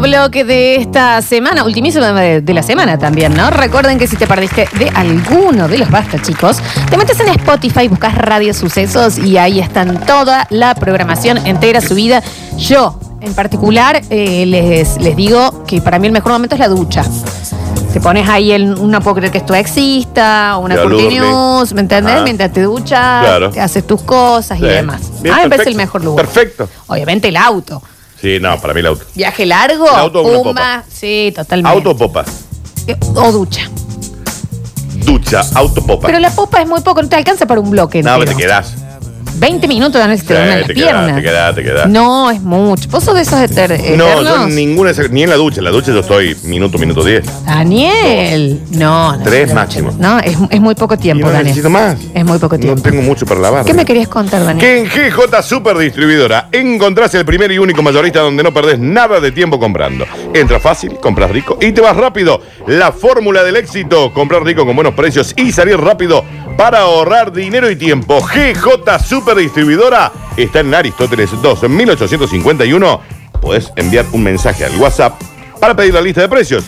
bloque de esta semana, ultimísimo de, de la semana también, ¿no? Recuerden que si te perdiste de alguno de los basta, chicos, te metes en Spotify, buscas Radio Sucesos y ahí están toda la programación entera subida. Yo, en particular, eh, les, les digo que para mí el mejor momento es la ducha. Te pones ahí el no puedo creer que esto exista, o una Te Curti alurne. News, ¿me entendés? Ajá. Mientras te duchas, Claro. te haces tus cosas y Sí. demás. Bien, a mí me perfecto. parece el mejor lugar. Perfecto. Obviamente el auto. Sí, no, para mí el auto. Viaje largo, El auto o una pumba, sí, totalmente. Eh, Auto o popa. O ducha. Ducha, auto popa. Pero la popa es muy poco, no te alcanza para un bloque. no, pero entero. te quedás. 20 minutos Daniel, se te Sí, duermen te las quedás, piernas. te quedás, te quedás. No, es mucho. ¿Vos sos de esos eter- No, eternos? yo ninguna, ni en la ducha. En la ducha yo estoy minuto, minuto diez. Daniel. No, no. Tres máximo. No, es, es muy poco Y tiempo, no Daniel. necesito más. Es muy poco No tiempo. tengo mucho para lavar. ¿Qué me querías contar, Daniel? Que en GJ Super Distribuidora encontrás el primer y único mayorista donde no perdés nada de tiempo comprando. Entra fácil, compras rico y te vas rápido. La fórmula del éxito, comprar rico con buenos precios y salir rápido para ahorrar dinero y tiempo. GJ Super Distribuidora está en Aristóteles 2, en 1851. Podés enviar un mensaje al WhatsApp para pedir la lista de precios.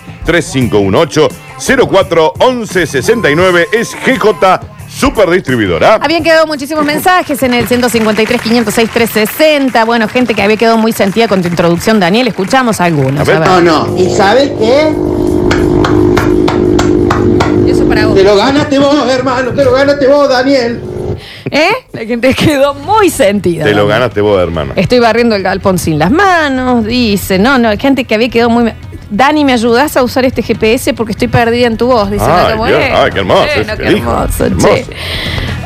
3518-041169 es GJ Super Distribuidora. Habían quedado muchísimos mensajes en el 153, 506, 360. Bueno, gente que había quedado muy sentida con tu introducción, Daniel. Escuchamos algunos. A ver. No, no. ¿Y sabes qué? Eso para vos. Te lo ganaste vos, hermano. Te lo ganaste vos, Daniel. ¿Eh? La gente quedó muy sentida. Te lo Daniel. ganaste vos, hermano. Estoy barriendo el galpón sin las manos, dice. No, no, hay gente que había quedado muy. Dani, ¿me ayudás a usar este GPS? Porque estoy perdida en tu voz. Dice, Ay, no, ¿cómo Dios, es? ay, qué hermoso, Sí, es no, que qué dijo. hermoso, Hermoso. che.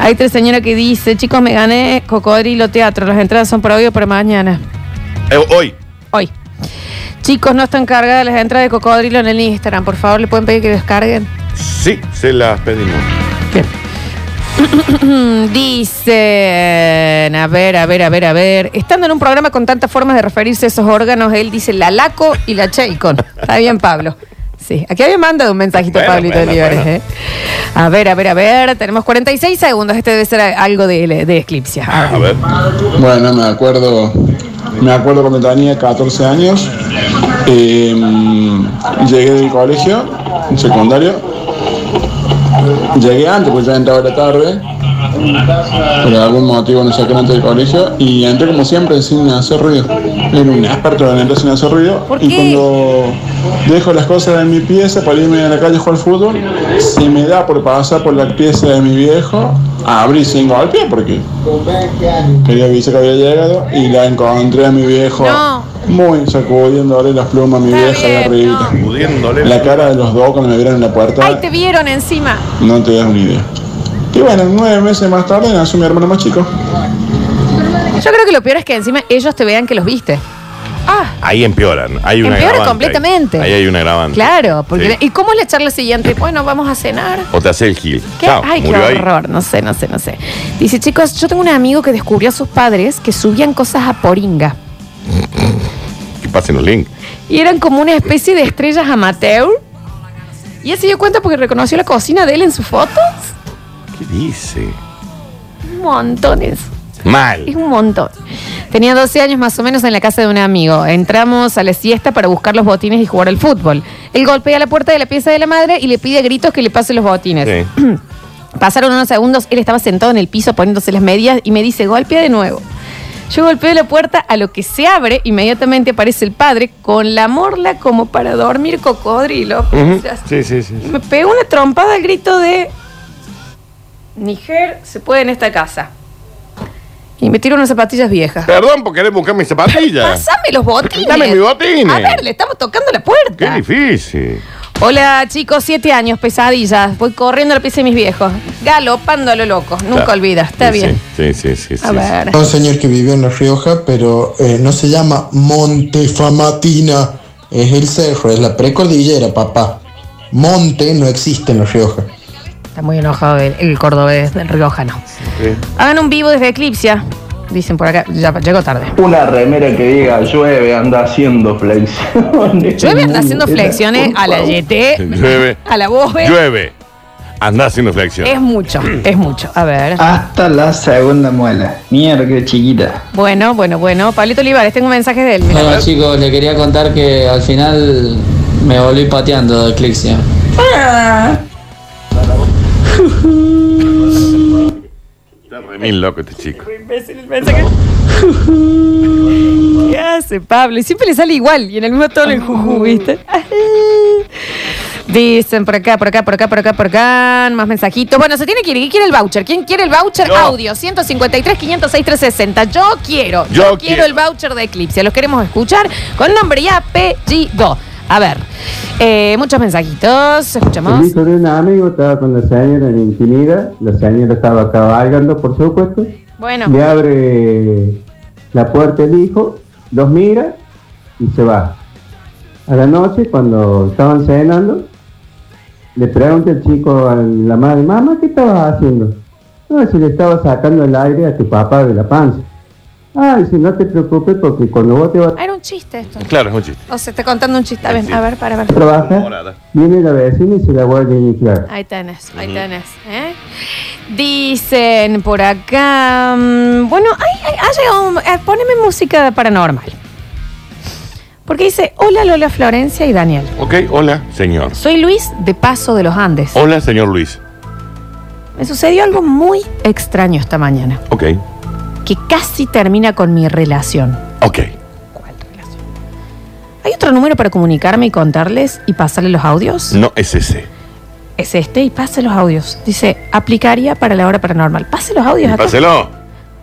Hay otra señora que dice, chicos, me gané Cocodrilo Teatro. Las entradas son para hoy o para mañana. Eh, hoy. Hoy. Chicos, no están cargadas las entradas de Cocodrilo en el Instagram. Por favor, ¿le pueden pedir que descarguen? Sí, se las pedimos. Dicen, a ver, a ver, a ver, a ver. Estando en un programa con tantas formas de referirse a esos órganos, él dice la laco y la cheicon. Está bien, Pablo. Sí, aquí había mandado un mensajito Bueno, a Pablito bueno, Olivares. bueno. ¿eh? A ver, a ver, a ver. Tenemos 46 segundos. Este debe ser algo de, de Eclipse. A A ver. ver. Bueno, me acuerdo, me acuerdo cuando tenía 14 años, eh, llegué del colegio, secundario, llegué antes, pues ya entraba la tarde, por algún motivo no saqué antes del colegio, y entré como siempre sin hacer ruido, era un experto en entrar sin hacer ruido, ¿Por y qué? cuando dejo las cosas en mi pieza para irme a la calle a jugar al fútbol, si me da por pasar por la pieza de mi viejo, abrí sin golpe porque Quería avisar que había llegado y la encontré a mi viejo. No. Muy sacudiéndole las plumas a mi Está vieja de bien, arribita. Pudiéndole. La cara de los dos cuando me vieron en la Ay, puerta, te vieron encima. no te das una idea. Y bueno, nueve meses más tarde nació mi hermano más chico. Yo creo que lo peor es que encima ellos te vean que los viste. Ah, Ahí empeoran. Hay una Empeora agravante completamente. Ahí. Ahí hay una agravante. claro. Porque, Sí. ¿Y cómo es la charla siguiente? Bueno, vamos a cenar. O te hace el gil. ¿Qué? Chao, Ay, qué murió ahí. horror. No sé, no sé, no sé. Dice, chicos, yo tengo un amigo que descubrió a sus padres que subían cosas a Poringa. Que pasen los links. Y eran como una especie de estrellas amateur. Y él se dio cuenta porque reconoció la cocina de él en sus fotos. ¿Qué dice? Un montón eso. Es Mal. un montón. Tenía 12 años más o menos en la casa de un amigo. Entramos a la siesta para buscar los botines y jugar al fútbol. Él golpea la puerta de la pieza de la madre y le pide a gritos que le pase los botines. Sí. Pasaron unos segundos, él estaba sentado en el piso poniéndose las medias y me dice, golpea de nuevo. Yo golpeo la puerta, a lo que se abre, inmediatamente aparece el padre con la morla como para dormir cocodrilo. Ujú. O sea, sí, sí, sí. Me pegó una trompada al grito de, Niger se puede en esta casa. Y me tiró unas zapatillas viejas. Perdón por querer buscar mis zapatillas. Pásame los botines. Dame mi botín. A ver, le estamos tocando la Qué puerta. difícil. Hola chicos, siete años, pesadillas. Voy corriendo al piso de mis viejos. Galopando a lo loco. Nunca Claro. olvidas, está Sí, bien. Sí, sí, sí. sí, A sí. Oh. ver. Un señor que vivió en La Rioja, pero eh, no se llama Montefamatina. Es el cerro, es la precordillera, papá. Monte no existe en La Rioja. Está muy enojado el, el cordobés del riojano. Sí. Hagan un vivo desde Eclipsia. Dicen por acá. Ya llegó tarde. Una remera que diga llueve, anda haciendo flexiones. Llueve anda haciendo flexiones a la Por favor. YT, Llueve. a la Bobe. Llueve. Andá haciendo flexión. Es mucho, es mucho. A ver. Ah. Hasta la segunda muela. Mierda, qué chiquita. Bueno, bueno, bueno. Pablito Olivares, tengo mensajes de él. Mira. Hola chicos, le quería contar que al final me volví pateando de Clixia. Está re mil loco este chico. imbécil el mensaje. ¿Qué hace Pablo? Y siempre le sale igual y en el mismo tono el juju, ¿viste? Dicen por acá, por acá, por acá, por acá, por acá. Más mensajitos. Bueno, se tiene que ir. ¿Quién quiere el voucher? ¿Quién quiere el voucher? Yo. Audio 153, 506, 360. Yo quiero. Yo, Yo quiero. el voucher de Eclipse. Los queremos escuchar con nombre y apellido. A ver, eh, muchos mensajitos. Escuchamos. hijo de un amigo estaba con la señora en intimida, la señora estaba cabalgando, por supuesto, Bueno. le abre la puerta el hijo, los mira y se va. A la noche, cuando estaban cenando, le pregunta el chico a la madre, mamá, ¿qué estabas haciendo? No, si le estaba sacando el aire a tu papá de la panza. Ay, si no te preocupes porque cuando vos te vas Ah, era un chiste esto. Claro, es un chiste. O se está contando un chiste. A ver, a ver, para ver. trabajas, viene la vecina y se la vuelve a iniciar. Ahí tenés, ahí tenés. ¿eh? Dicen por acá. mm, bueno, ay, ay, ha llegado un- eh, poneme música paranormal. Porque dice: Hola Lola Florencia y Daniel. Ok, hola, señor. Soy Luis de Paso de los Andes. Hola, señor Luis. Me sucedió algo muy extraño esta mañana, Ok, que casi termina con mi relación. ok. ¿Cuál relación? ¿Hay otro número para comunicarme y contarles y pasarle los audios? No es ese. Es este y pase los audios. Dice, aplicaría para la hora paranormal. Pase los audios acá. Páselo.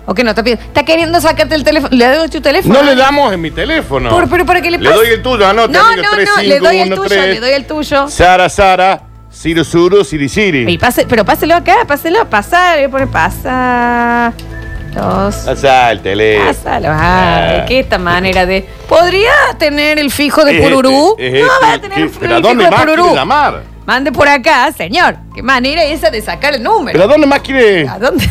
¿O que no te pido? Está queriendo sacarte el teléfono. Le doy tu teléfono. No le damos en mi teléfono. Por- pero para que le Le pase- doy el tuyo, No, anota. no, amigo, no. 3513. le doy el tuyo, le doy el tuyo. Sara, Sara, Ciro, Suro, Siri, Y Siri. pase, pero páselo acá, páselo. Pasar, voy a poner pasa. Los. Pasa el teléfono. Ah. Pásalo. Ay, qué esta manera de. ¿Podría tener el fijo de Eh. Es Pururú? este, es no, este. va a tener el, ¿Qué? ¿Pero a el fijo dónde de más quiere Pururú. llamar? Mande por acá, señor. Qué manera esa de sacar el número. ¿Pero a dónde más quiere? ¿A dónde?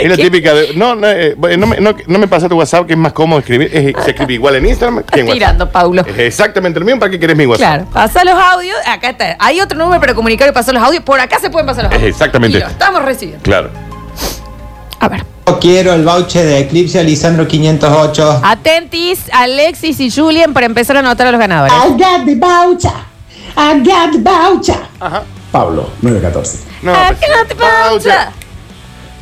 Es la típica de. No, no, eh, no, me, no, no me pasa tu WhatsApp, que es más cómodo escribir. Es- se escribe igual en Instagram que en WhatsApp. Tirando, Paulo. Es exactamente el mío, ¿para qué querés mi WhatsApp? Claro, pasa los audios. Acá está. Hay otro número para comunicar y pasar los audios. Por acá se pueden pasar los Es audios. exactamente Y lo este. estamos recibiendo. Claro. A ver. Quiero el voucher de Eclipse Lisandro 508. Atentis, Alexis y Julien para empezar a anotar a los ganadores. got the voucher. I got the voucher. Pablo, 914. No, pues, I pero- got the voucher.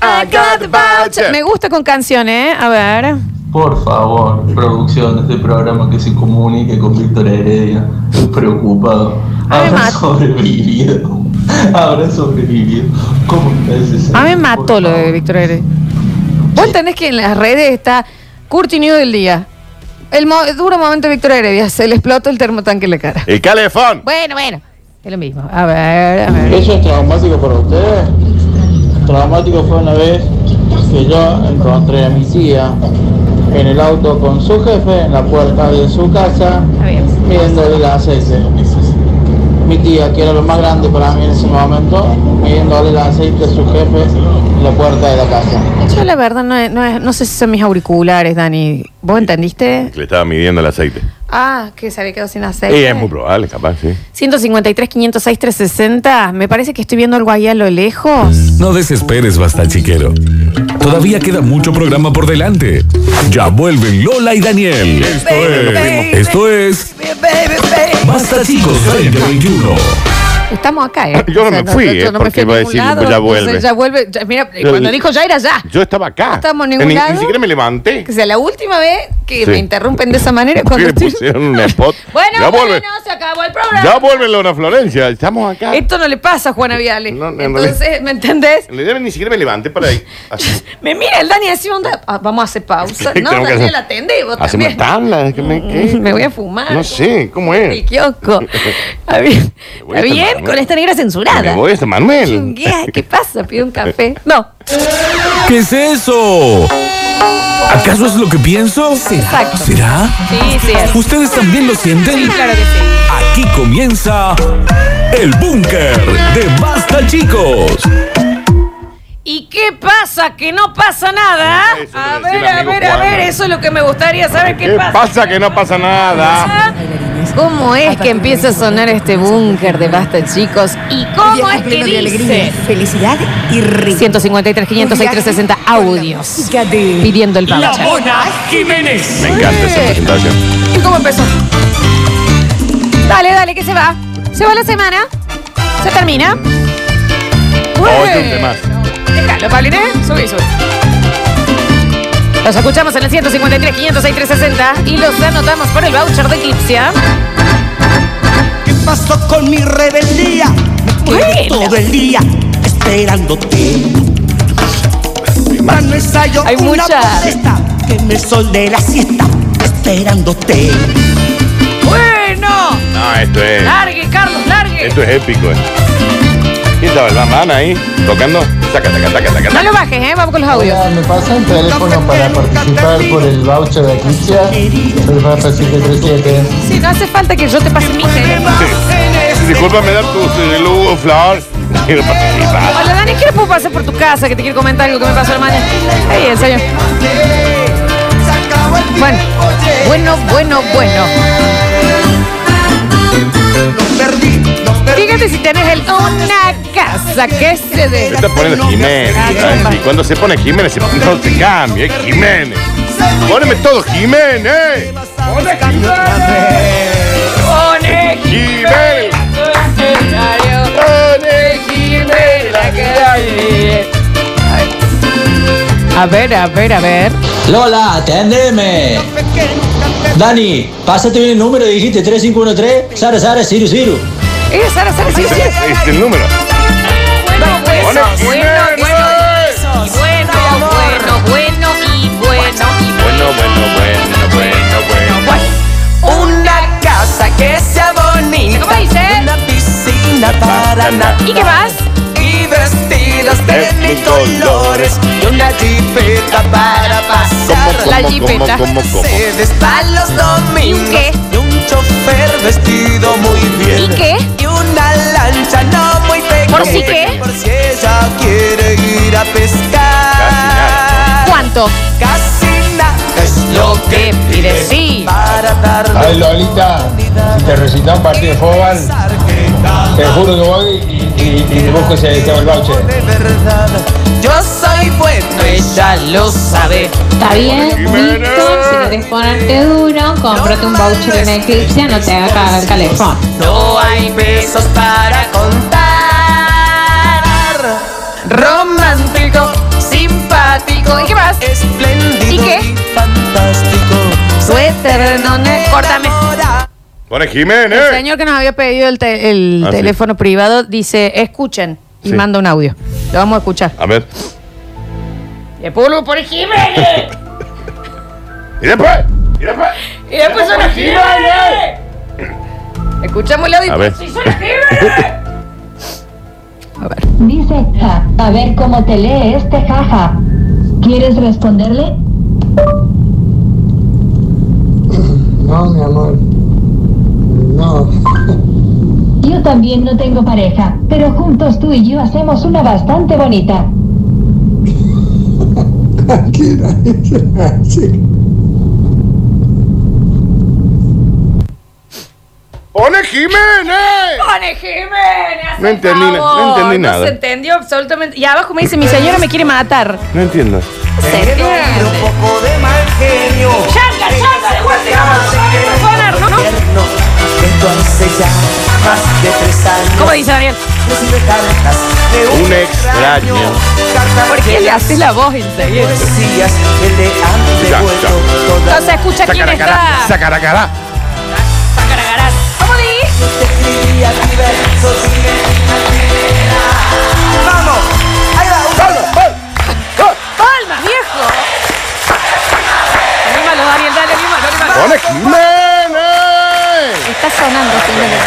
I got the voucher. Me gusta con canciones, ¿eh? A ver. Por favor, producción de este programa que se comunique con Víctor Heredia. Estoy preocupado. A mí me Habrá mató. sobrevivido. Habrá sobrevivido. ¿Cómo está A mí me mató lo de Víctor Heredia. Vos entendés que en las redes está Curti News del día. El mo- duro momento de Víctor Heredia. Se le explotó el termotanque en la cara. El calefón. Bueno, bueno. Es lo mismo. A ver, a ver. ¿Eso es traumático para ustedes? Traumático fue una vez que yo encontré a mi tía en el auto con su jefe en la puerta de su casa Está bien. midiendo el aceite. Mi tía, que era lo más grande para mí en ese momento, midiendo el aceite a su jefe en la puerta de la casa. Yo la verdad no, no, no sé si son mis auriculares, Dani. ¿Vos entendiste? Que Le estaba midiendo el aceite. Ah, que se había quedado sin aceite. Y es muy probable, capaz, sí. 153, 506, 360. Me parece que estoy viendo algo ahí a lo lejos. No desesperes, basta chiquero. Todavía queda mucho programa por delante. Ya vuelven Lola y Daniel. Esto es. Esto es. Basta chicos 2021. Estamos acá, ¿eh? Yo no me fui, ¿eh? Porque iba a ningún decir, ya entonces vuelve. ya vuelve. Ya, mira, Yo- cuando dijo ya era ya. Yo estaba acá. No estábamos en ningún ni, lado. ni siquiera me levanté. Que sea la última vez que Sí. me interrumpen de esa manera Porque cuando le estoy... pusieron un spot. Bueno, ya bueno, vuelve. se acabó el programa. Ya vuelve Lona Florencia. Estamos acá. Esto no le pasa a Juana Viale. No, en Entonces, ¿me entendés? En realidad ni siquiera me levanté para ahí. Así. Me mira el Dani así onda. ah, vamos a hacer pausa. No, Tengo que Daniel, hacer- atendé y vos Hace también. una tabla. es que me, ¿qué? Me voy a fumar. No sé, ¿cómo El es? kiosco. Está bien, voy a está bien, tomar, ¿no? con esta negra Me censurada. voy a este Manuel. Chinguea, ¿Qué pasa? ¿Pide un café? No, ¿Qué es eso? ¿Acaso es lo que pienso? Exacto. ¿Será? sí, sí. es. ¿Ustedes también lo sienten? Sí, claro que sí. Aquí comienza. El búnker de Basta Chicos. ¿Y qué pasa? Que no pasa nada. Eso A lo decía ver, el a amigo ver, a Juan. ver, eso es lo que me gustaría saber. ¿Qué, ¿Qué pasa que no pasa nada? pasa? ¿Cómo es que empieza a sonar este búnker de basta, chicos? ¿Y cómo es que dice? Felicidad y risa. 153, 506, 360 audios Fíjate. pidiendo el voucher. Me encanta esa presentación. ¿Y cómo empezó? Dale, dale, que se va. Se va la semana. Se termina. Oye, un tema. Déjalo, Pablín, ¿eh? Subí, subí. Los escuchamos en el 153, 506, 360 y los anotamos por el voucher de Eclipsia. ¿Qué pasó con mi rebeldía? Me quedé Bueno. todo el día esperándote. Mano ensayo Hay una mucha- protesta que me sol de la siesta esperándote. ¡Bueno! No, esto es. ¡Largue, Carlos, largue! Esto es épico, eh. ¿Quién estaba el Batman ahí? ¿Tocando? Saca, saca, saca, saca. No lo bajes, ¿eh? Vamos con los audios. Hola, ¿Me pasa el teléfono para participar por el voucher de Eclipse? Perfecto, 737. Sí, no hace falta que yo te pase mi teléfono. Disculpame dar tu eh, luz, Flor. Quiero participar. Hola, Dani, ¿qué puedo pasar por tu casa? Que te quiero comentar algo que me pasó hermana. Ahí, el señor. Bueno, bueno, bueno, bueno. Fíjate si tenés el, una casa que se Se dé. está poniendo Jiménez. ¿sabes? Y cuando se pone Jiménez, se- no se cambia, es ¿eh? Jiménez. Póneme todo Jiménez. Pone Jiménez. Pone Jiménez. escenario, Pone Jiménez, la que da bien. A ver, a ver, a ver. Lola, atendeme. Dani, pásate bien el número, dijiste 3513, Sara Sara, Siru Siru. Eh, Sara, Sara, sí, sí. Ese Es el número. Bueno, bueno, Hola, bueno, bueno, Jiménez. y bueno, bueno, bueno, y bueno, y Bueno, bueno, bueno, bueno, bueno. Una casa que sea bonita. ¿Cómo dice? Una piscina para nadar. bueno. ¿Y qué más? Y vestidos de Es mi mil colores. Y una jipeta para pasar. La jipeta. cómo, cómo? Mercedes para los domingos. ¿Y qué? Y un chofer vestido muy bien. ¿Y qué? Y una lancha no muy pequeña. ¿Por si qué? Por si ella quiere ir a pescar. ¿Cuánto? Casi nada es lo que pide? pides Sí. para darle Ay, Lolita, si te recitan un partido de fútbol, Eh, te juro que voy y, y, y te busco ese ese voucher. de verdad. Yo soy bueno, ella lo sabe. Está bien, Jiménez. Nico, si querés ponerte duro, cómprate un voucher en Eclipse, no te hagas cagar el calefón. No hay besos para contar. Romántico, simpático. ¿Y qué más? Espléndido. ¿Y qué? fantástico. Suéter, no, no, córtame. Pone El Jiménez. señor que nos había pedido el, te- el Eh. Ah, sí. teléfono privado dice, escuchen. Y Sí. manda un audio. Lo vamos a escuchar. A ver. Y después vuelvo por Jiménez. Y después. Y después. y después son los Jiménez. Escuchamos el audio. A y ver. después, "Sí, son los Jiménez". A ver. Dice, ja, a ver cómo te lee este jaja. ¿Quieres responderle? No, mi amor. No. Yo también no tengo pareja, pero juntos tú y yo hacemos una bastante bonita. Tranquila. ¡Pone Jiménez! Pone Jiménez. No entendí na- no favor. entendí No nada. se entendió absolutamente. Y abajo me dice, mi señora me quiere matar. No entiendo. Se entiende. Un poco de mal genio. Charla, charla, de vuelta, vamos a sonar, ¿no? Tierno. Entonces ya, más de tres años. ¿Cómo dice Daniel? Recibe cartas de un, Un extraño. Cartas ¿Por qué le llenas haces la voz enseguida? Poesías que le han Ya, devuelto ya. toda Entonces escucha quién Sacaracará. está. Sacaracará. Sacaragarás. ¿Cómo di? te escribía diversos y de manera. Vamos, ahí va, un solo. ¡Palma, viejo! Anímalo, Daniel, dale, anímalo, anímalo. ¡Pone Jiménez! Está sonando, señores.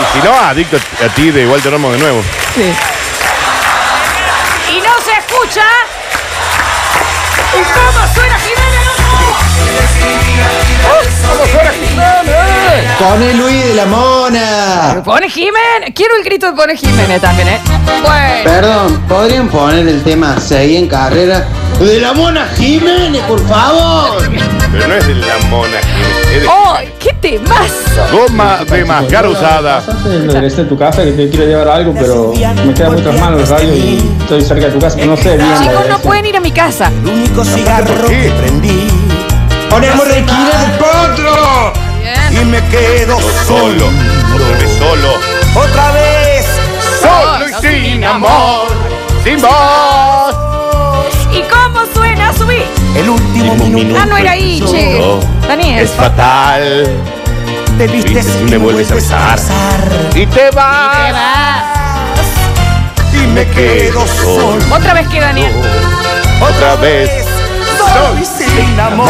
Y si no, adicto a ti de igual te de nuevo. Y no se escucha. ¿Y cómo suena Jiménez? ¡Oh! ¡Cómo suena Jiménez! Pone Luis de la Mona. Pone Jiménez. Quiero el grito de Pone Jiménez también, ¿eh? Bueno. Perdón, ¿podrían poner el tema 6 en carrera? ¡De la Mona Jiménez, por favor! Pero no es de la mona Jiménez. es de- Oh, ¿qué Temazo. Goma de mascar usada. Regresé a tu casa Este que te quiero llevar algo, pero me queda muchas manos radio y estoy cerca de tu casa. No sé bien. la Chicos, no dirección. pueden ir a mi casa. El único cigarro que prendí. Ponemos requina de potro y me quedo Solo. solo. Otra vez solo. Otra vez solo y sin amor, sin voz. ¿Y cómo suena? Subí. El último minuto. Ah, no era ahí, che. Daniel. Es fatal. Te vistes y me vuelves a besar. Y te vas. Te vas. Y me quedo solo. Otra vez que Daniel. Otra vez. Solo y sin amor.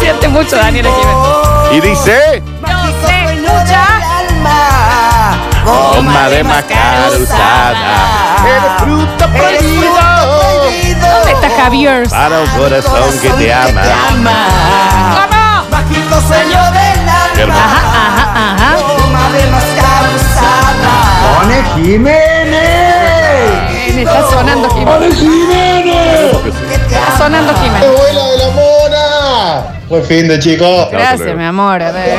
Siente mucho Daniel aquí. Y dice. No sé, mucha. Goma de mascar usada. El fruto prohibido. ¿Dónde está Javier? Ah. Para un corazón que te ama. ¿Cómo? Bajito sueño del Qué hermoso. Ajá, ajá, ajá. alma de mascar usada. ¡Pone Jiménez! Me está sonando Jiménez. Jiménez! Está sonando Jiménez. ¡Abuela de la mona! Buen fin de chicos. Gracias, mi amor. A ver.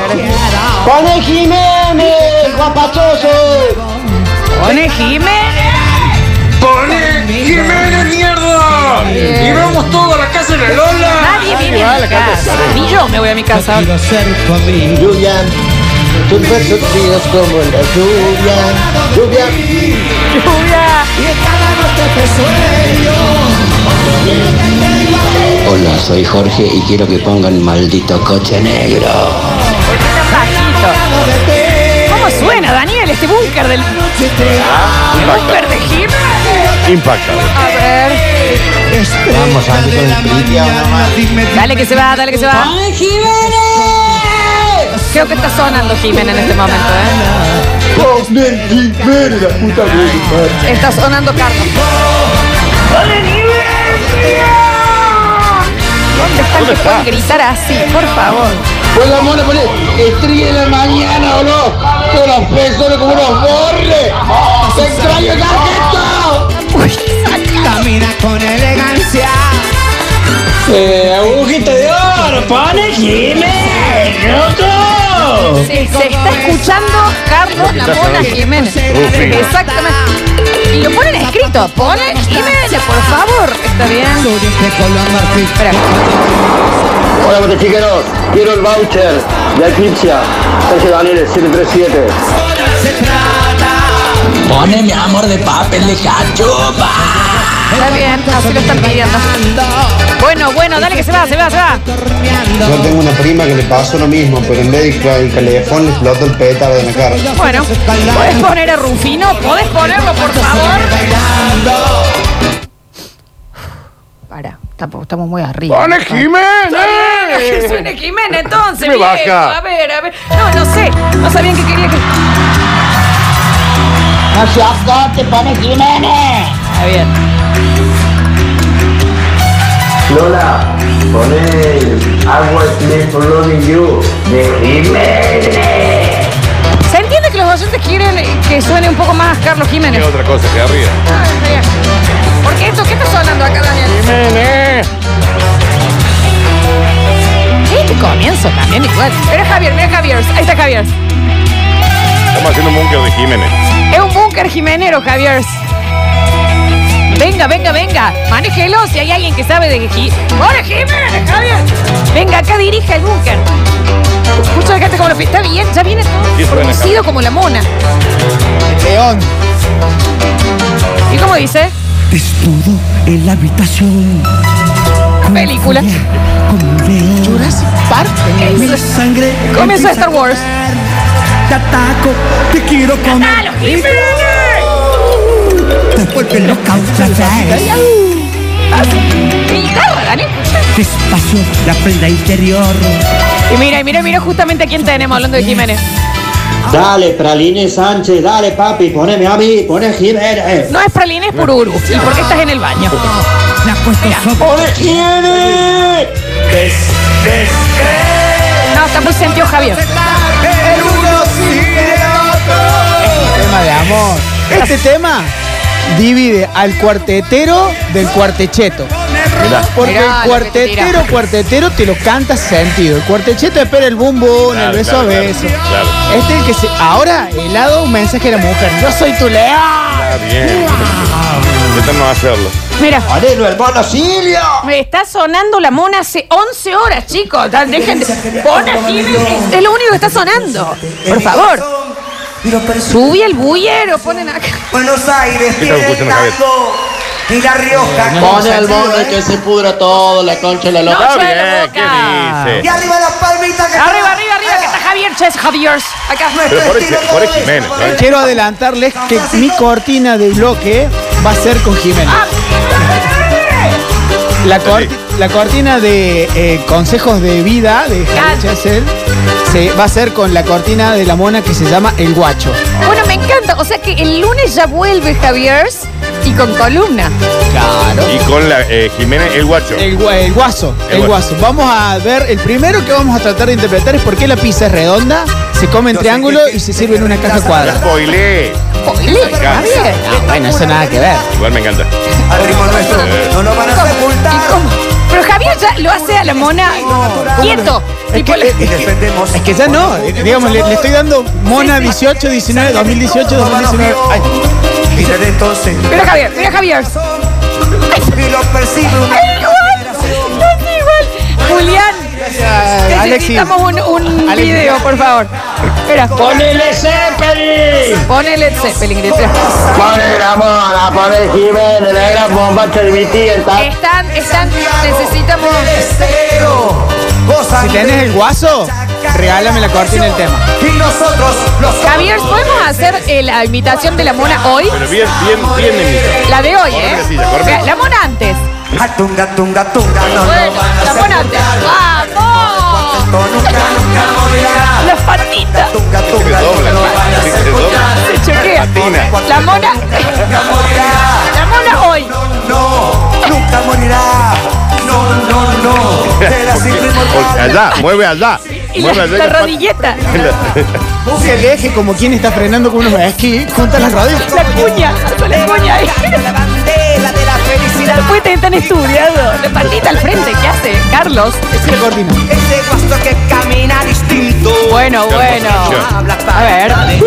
¡Pone Jiménez, guapachoso! Pone Jiménez. ¡Pone Jiménez mierda! Y vamos todos a la casa de la Lola. Nadie viene a mi casa. Ni yo me voy a mi casa. Julián, tus besos fríos como la lluvia. Lluvia, Lluvia. Hola, soy Jorge y quiero que pongan maldito coche negro. Bajito. ¿Cómo suena, Daniel, este búnker del. El búnker de Jiménez. Impactado. A ver. Vamos a con el Cristian, mamá. Dale que se va, dale que se va. Jiménez! Creo que está sonando Jiménez en este momento, ¿eh? ¡Pone Jiménez, la puta madre! Está sonando Carlos. ¿Dónde están que pueden gritar así? Por favor. Hola, mona, pone estrella de la mañana, o no. Todos los pesos como unos borres. ¡Te extraño, Tarjeto! Camina con elegancia. Eh, agujita de oro, pone Jiménez, loco. Sí, se está escuchando Carlos Está Lamona sonando. Jiménez. Rufino. Exactamente. Y lo ponen escrito. Pone Jiménez, por favor. Está bien. Espera. Hola, botechiqueros. Quiero el voucher de Eclipsia. Sergio Daniel, 737. Pone mi amor de papel de cachupa. Está bien. Así lo están pidiendo. Bueno, bueno, dale que se va, se va, se va. Yo tengo una prima que le pasó lo mismo, pero en vez de inflar el calefón le explotó el petardo en la cara. Bueno, ¿podés poner a Rufino? ¿Podés ponerlo, por favor? Para, tampoco estamos muy arriba. ¡Pone Que Jiménez! suene Jiménez entonces, Eh. Me viejo. baja. A ver, a ver. No, no sé. No sabían que quería que. No seas coche, pone Jiménez. Está bien. Lola, poné I was made for loving you de Jiménez. Se entiende que los docentes quieren que suene un poco más Carlos Jiménez. Tiene otra cosa que arriba. Ah, está bien. Porque esto, ¿qué está sonando acá, Daniel? Jiménez. Sí, este comienzo también igual. Mira Javier, mira Javier. Ahí está Javier. Estamos haciendo un búnker de Jiménez. Es un búnker jimenero, Javier. Venga, venga, venga. Manéjelo si hay alguien que sabe de Jiménez. ¡Hola, Jiménez, Javier! Venga, acá dirige el búnker. Escucha acá como lo pi- Está bien, ya viene todo Sí, suena, producido Javier. como la mona. León. ¿Y cómo dice? Desnudo en la habitación. Película. Jurassic Park. Eso. sangre. Comienzo de Star Wars. Te ataco, te quiero comer. ¡Calo, Jiménez! Te vuelve loca otra vez. Mi guitarra, Daniel. Despacio, la prenda interior. Y mira, y mira, mira justamente a quién tenemos hablando de Jiménez. Dale, Praline Sánchez, dale, papi, poneme a mí, pone Jiménez. No es pralina, es pururu. ¿Y por qué estás en el baño? La puesto sobre. Jiménez. No, está muy sentido, Javier. El uno sigue el otro. Tema de amor. Este tema divide al cuartetero del cuartecheto. Mirá. Porque Mirá lo el que cuartetero, te cuartetero te lo canta sentido. El cuartecheto espera el bumbo, el beso a beso. Claro. Este es el que se. Ahora, helado, un mensaje a la mujer. Yo soy tu león. Está bien. Esto no hacerlo. Mira. Arelo, hermano Silvio. Me está sonando la mona hace 11 horas, chicos. Da- Dejen de. Mona Gil es, es lo único que está sonando. Por favor. Sube el bullero, ponen acá. Buenos Aires tiene el tango y La Rioja. con Pone al sentido, borde ¿eh? que se pudra todo, la concha de la loca. Está bien, ¿qué Y arriba las palmitas que Arriba, están- arriba, arriba, que está Javier Ches Javiers. Acá. Pero por ese- por ese Jiménez, ¿eh? Quiero adelantarles que mi cortina de bloque va a ser con Jiménez. Ah, La, cor- la cortina de eh, consejos de vida de Javier pues, Chesel se va a ser con la cortina de la mona que se llama El Guacho. Bueno, me encanta. O sea que el lunes ya vuelve Javiers y con columna. Claro. Y con la eh, Jiménez el guacho. El, gua- el guaso, El el, guaso. guaso. Vamos a ver, el primero que vamos a tratar de interpretar es por qué la pizza es redonda, se come en triángulo y se sirve en una caja La cuadrada. spoilé. Spoilé, Me encanta. Javier. Ah, bueno, eso nada que ver. Igual me encanta. Eh, Abrimos nuestro. No nos van a sepultar. Pero Javier ya lo hace a la mona quieto. Tipo, le- Y defendemos. Es que ya no, eh, digamos, le, le estoy dando mona 18, 19, 2018, 2019. Ay, Y desde entonces. Mira Javier, mira Javier. Y lo percibe una. Es igual. Es igual. Julián. Alexis. Necesitamos un, un Alexis. video, por favor. Espera. ¡Ponele Zeppelin! Ponele el Zeppelin, dice. ¡Pone la moda, pone Jiménez, la gran bomba que emitía Están, están, necesitamos. Deseo. Gozan Si tenés de- el guaso, regálame la cortina del tema. Y nosotros los Javier, ¿podemos hacer eh, la imitación de la mona hoy? Pero bien, bien, bien de mitad. La de hoy, Córreme ¿eh? la silla, córreme. La- La mona antes. Atunga, tunga, tunga. Bueno, No lo van a la mona antes. sepultar. ¡Vamos! Esto nunca, nunca morirá. Las patitas. Tunga, Se tunga, dobla, no lo van a se sepultar. dobla. Se choquea. Patina. La mona. Nunca morirá. La mona hoy. No, nunca morirá. No, no, no. De la simple Porque inmortal. allá, mueve allá. Y la, mueve allá. la pat- rodilleta. La- Busca el eje como quien está frenando con unos esquí, junta las rodillas. La cuña. La cuña ahí. La bandera de la felicidad. Después te están estudiado. La patita al frente. ¿Qué hace? Carlos. Esa es la cortina. Ese guasto que camina distinto. Bueno, bueno. Habla A ver.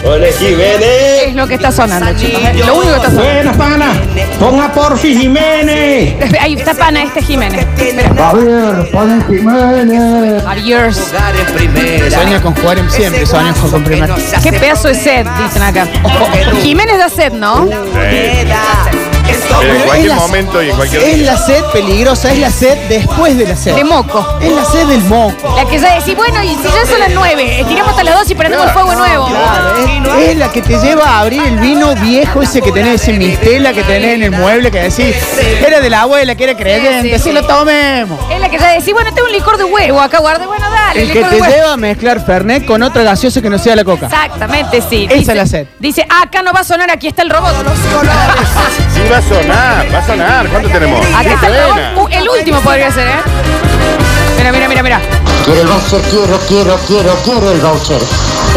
¡Pone Jiménez! Es lo que está sonando, chicos. Es Lo único que está sonando. ¡Buenas, pana! ¡Ponga Porfi Jiménez! Ahí está pana este Jiménez. Javier, pone Jiménez. Ariers. Jugar en primera. Sueña con jugar en siempre, sueña con comprimir. Qué pedazo de sed, dicen acá. Jiménez da sed, ¿no? Pero en Pero cualquier es la- momento y en cualquier. Es la sed peligrosa, es la sed después de la sed. De moco. Es la sed del moco. La que ya decís, bueno, y si ya son las nueve, estiramos hasta las dos y prendemos el fuego de nuevo. Es, es la que te lleva a abrir el vino viejo ese que tenés en mistela, que tenés en el mueble, que decís, era de la abuela, que era creyente, si lo tomemos. Es la que ya decís, bueno, tengo un licor de huevo acá, guarde, bueno, dale, El que licor de te huevo. lleva a mezclar Fernet con otra gaseosa que no sea la coca. Exactamente, sí. Esa Dice- es la sed. Dice, "Ah, acá no va a sonar, aquí está el robot. Sí, va a sonar, va a sonar. ¿Cuánto tenemos? Acá Sí, está el suena. robot. Uh, El último podría ser, ¿eh? Mira, mira, mira, mira. Quiero el voucher, quiero, quiero, quiero, quiero el voucher.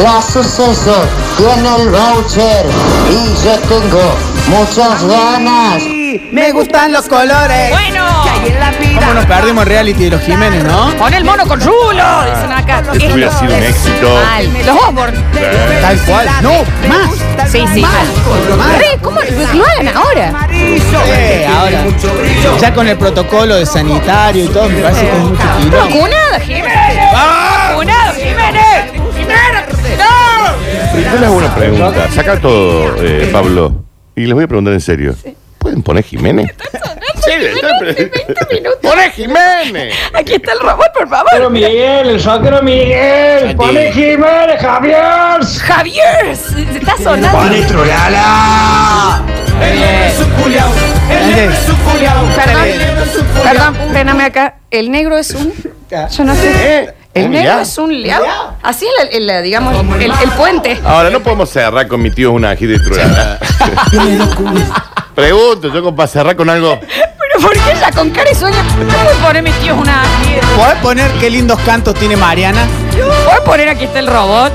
La suceso tiene el voucher y yo tengo muchas ganas. Me gustan los colores. Bueno. ¿Cómo nos perdimos el reality de los Jiménez, no? Pon el mono con rulo, dicen acá. Esto Ah, este hubiera sido un éxito. Mal. Los Osborne. Sí. Tal cual. No, más. Sí, sí. Mal. Mal. Re, ¿Cómo lo hagan ahora? Sí, ahora. Ya con el protocolo de sanitario y todo, me parece que es mucho quilombo. ¡Vacunado, Jiménez! ¡Vacunado, Jiménez! ¡Jiménez! ¡No! Yo les hago una pregunta. Saca todo, eh, Pablo. Y les voy a preguntar en serio. ¿Pueden poner Jiménez? Sí, le está pre- ¡Poné Jiménez! Aquí está el robot, por favor. Miguel, el sacro Miguel, pone Jiménez, Javier. Javier, se está sonando. Trolala. Perdón, perdón, frename acá. El negro es un. Yo no sé. El Un negro leao. es un león. Así es, la- el- la- digamos, el, el puente. Ahora, no podemos cerrar con mi tío es una gira de trulada. Pregunto, yo con- para cerrar con algo. Pero ¿por qué ella con cara y sueño? No puedo poner mis tíos una. ¿Podés poner qué lindos cantos tiene Mariana? ¿Puedo poner aquí está el robot?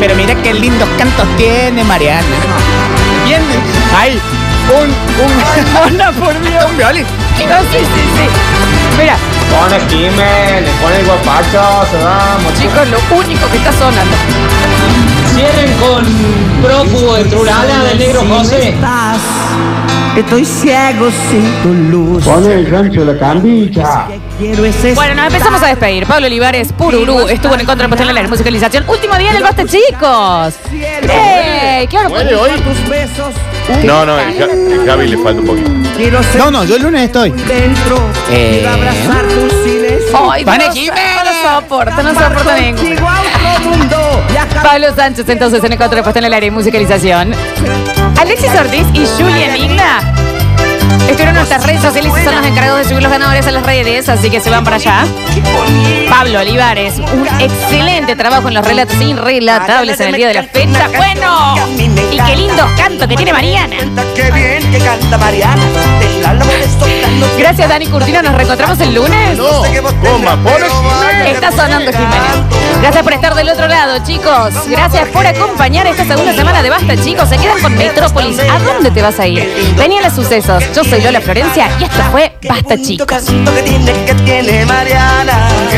Pero mira qué lindos cantos tiene Mariana. también hay un, un, Ah, una formida, un violín. No, sí, sí, sí. Mira, Pone Jiménez, pone el guapacho, se vamos. Chicos, lo único que está sonando. Cierren con prófugo de Trurala del negro José. Estoy ciego sin tu luz. Pone el rancho de la cambicha. este. Bueno, nos empezamos a despedir. Pablo Olivares, Pururú, estuvo en el contra de la musicalización. Último día en el Basta, chicos. ¡Ey! Claro, ¿Muere hoy? Tus besos No, no, el Ja- el Javi le falta un poquito. quiero ser No, no, yo el lunes estoy. dentro. Eh. Quiero abrazar tu silencio. Ay, Vane Dios, No lo soporta, no soporta Acampar ninguno. contigo a otro mundo. Y acampar Pablo Sánchez, entonces, en el contra en el área y musicalización. Alexis Ortiz y Julia Igna estuvieron en nuestras redes sociales y son los encargados de subir los ganadores a las redes, así que se van para allá. Pablo Olivares, un excelente trabajo en los relatos irrelatables en el día de la fecha. Bueno, y qué lindo canto que tiene Mariana. Qué bien que canta Mariana. Del alma le estoy dando Gracias, Dani Curtino. Nos reencontramos el lunes. No, coma, pone Jiménez. Está sonando Jiménez. Gracias por estar del otro lado, chicos. Gracias por acompañar esta segunda semana de Basta, chicos. Se quedan con Metrópolis. ¿A dónde te vas a ir? Venía a los sucesos. Yo soy Lola Florencia y esto fue Basta, chicos. Tanto que tiene, que tiene Mariana.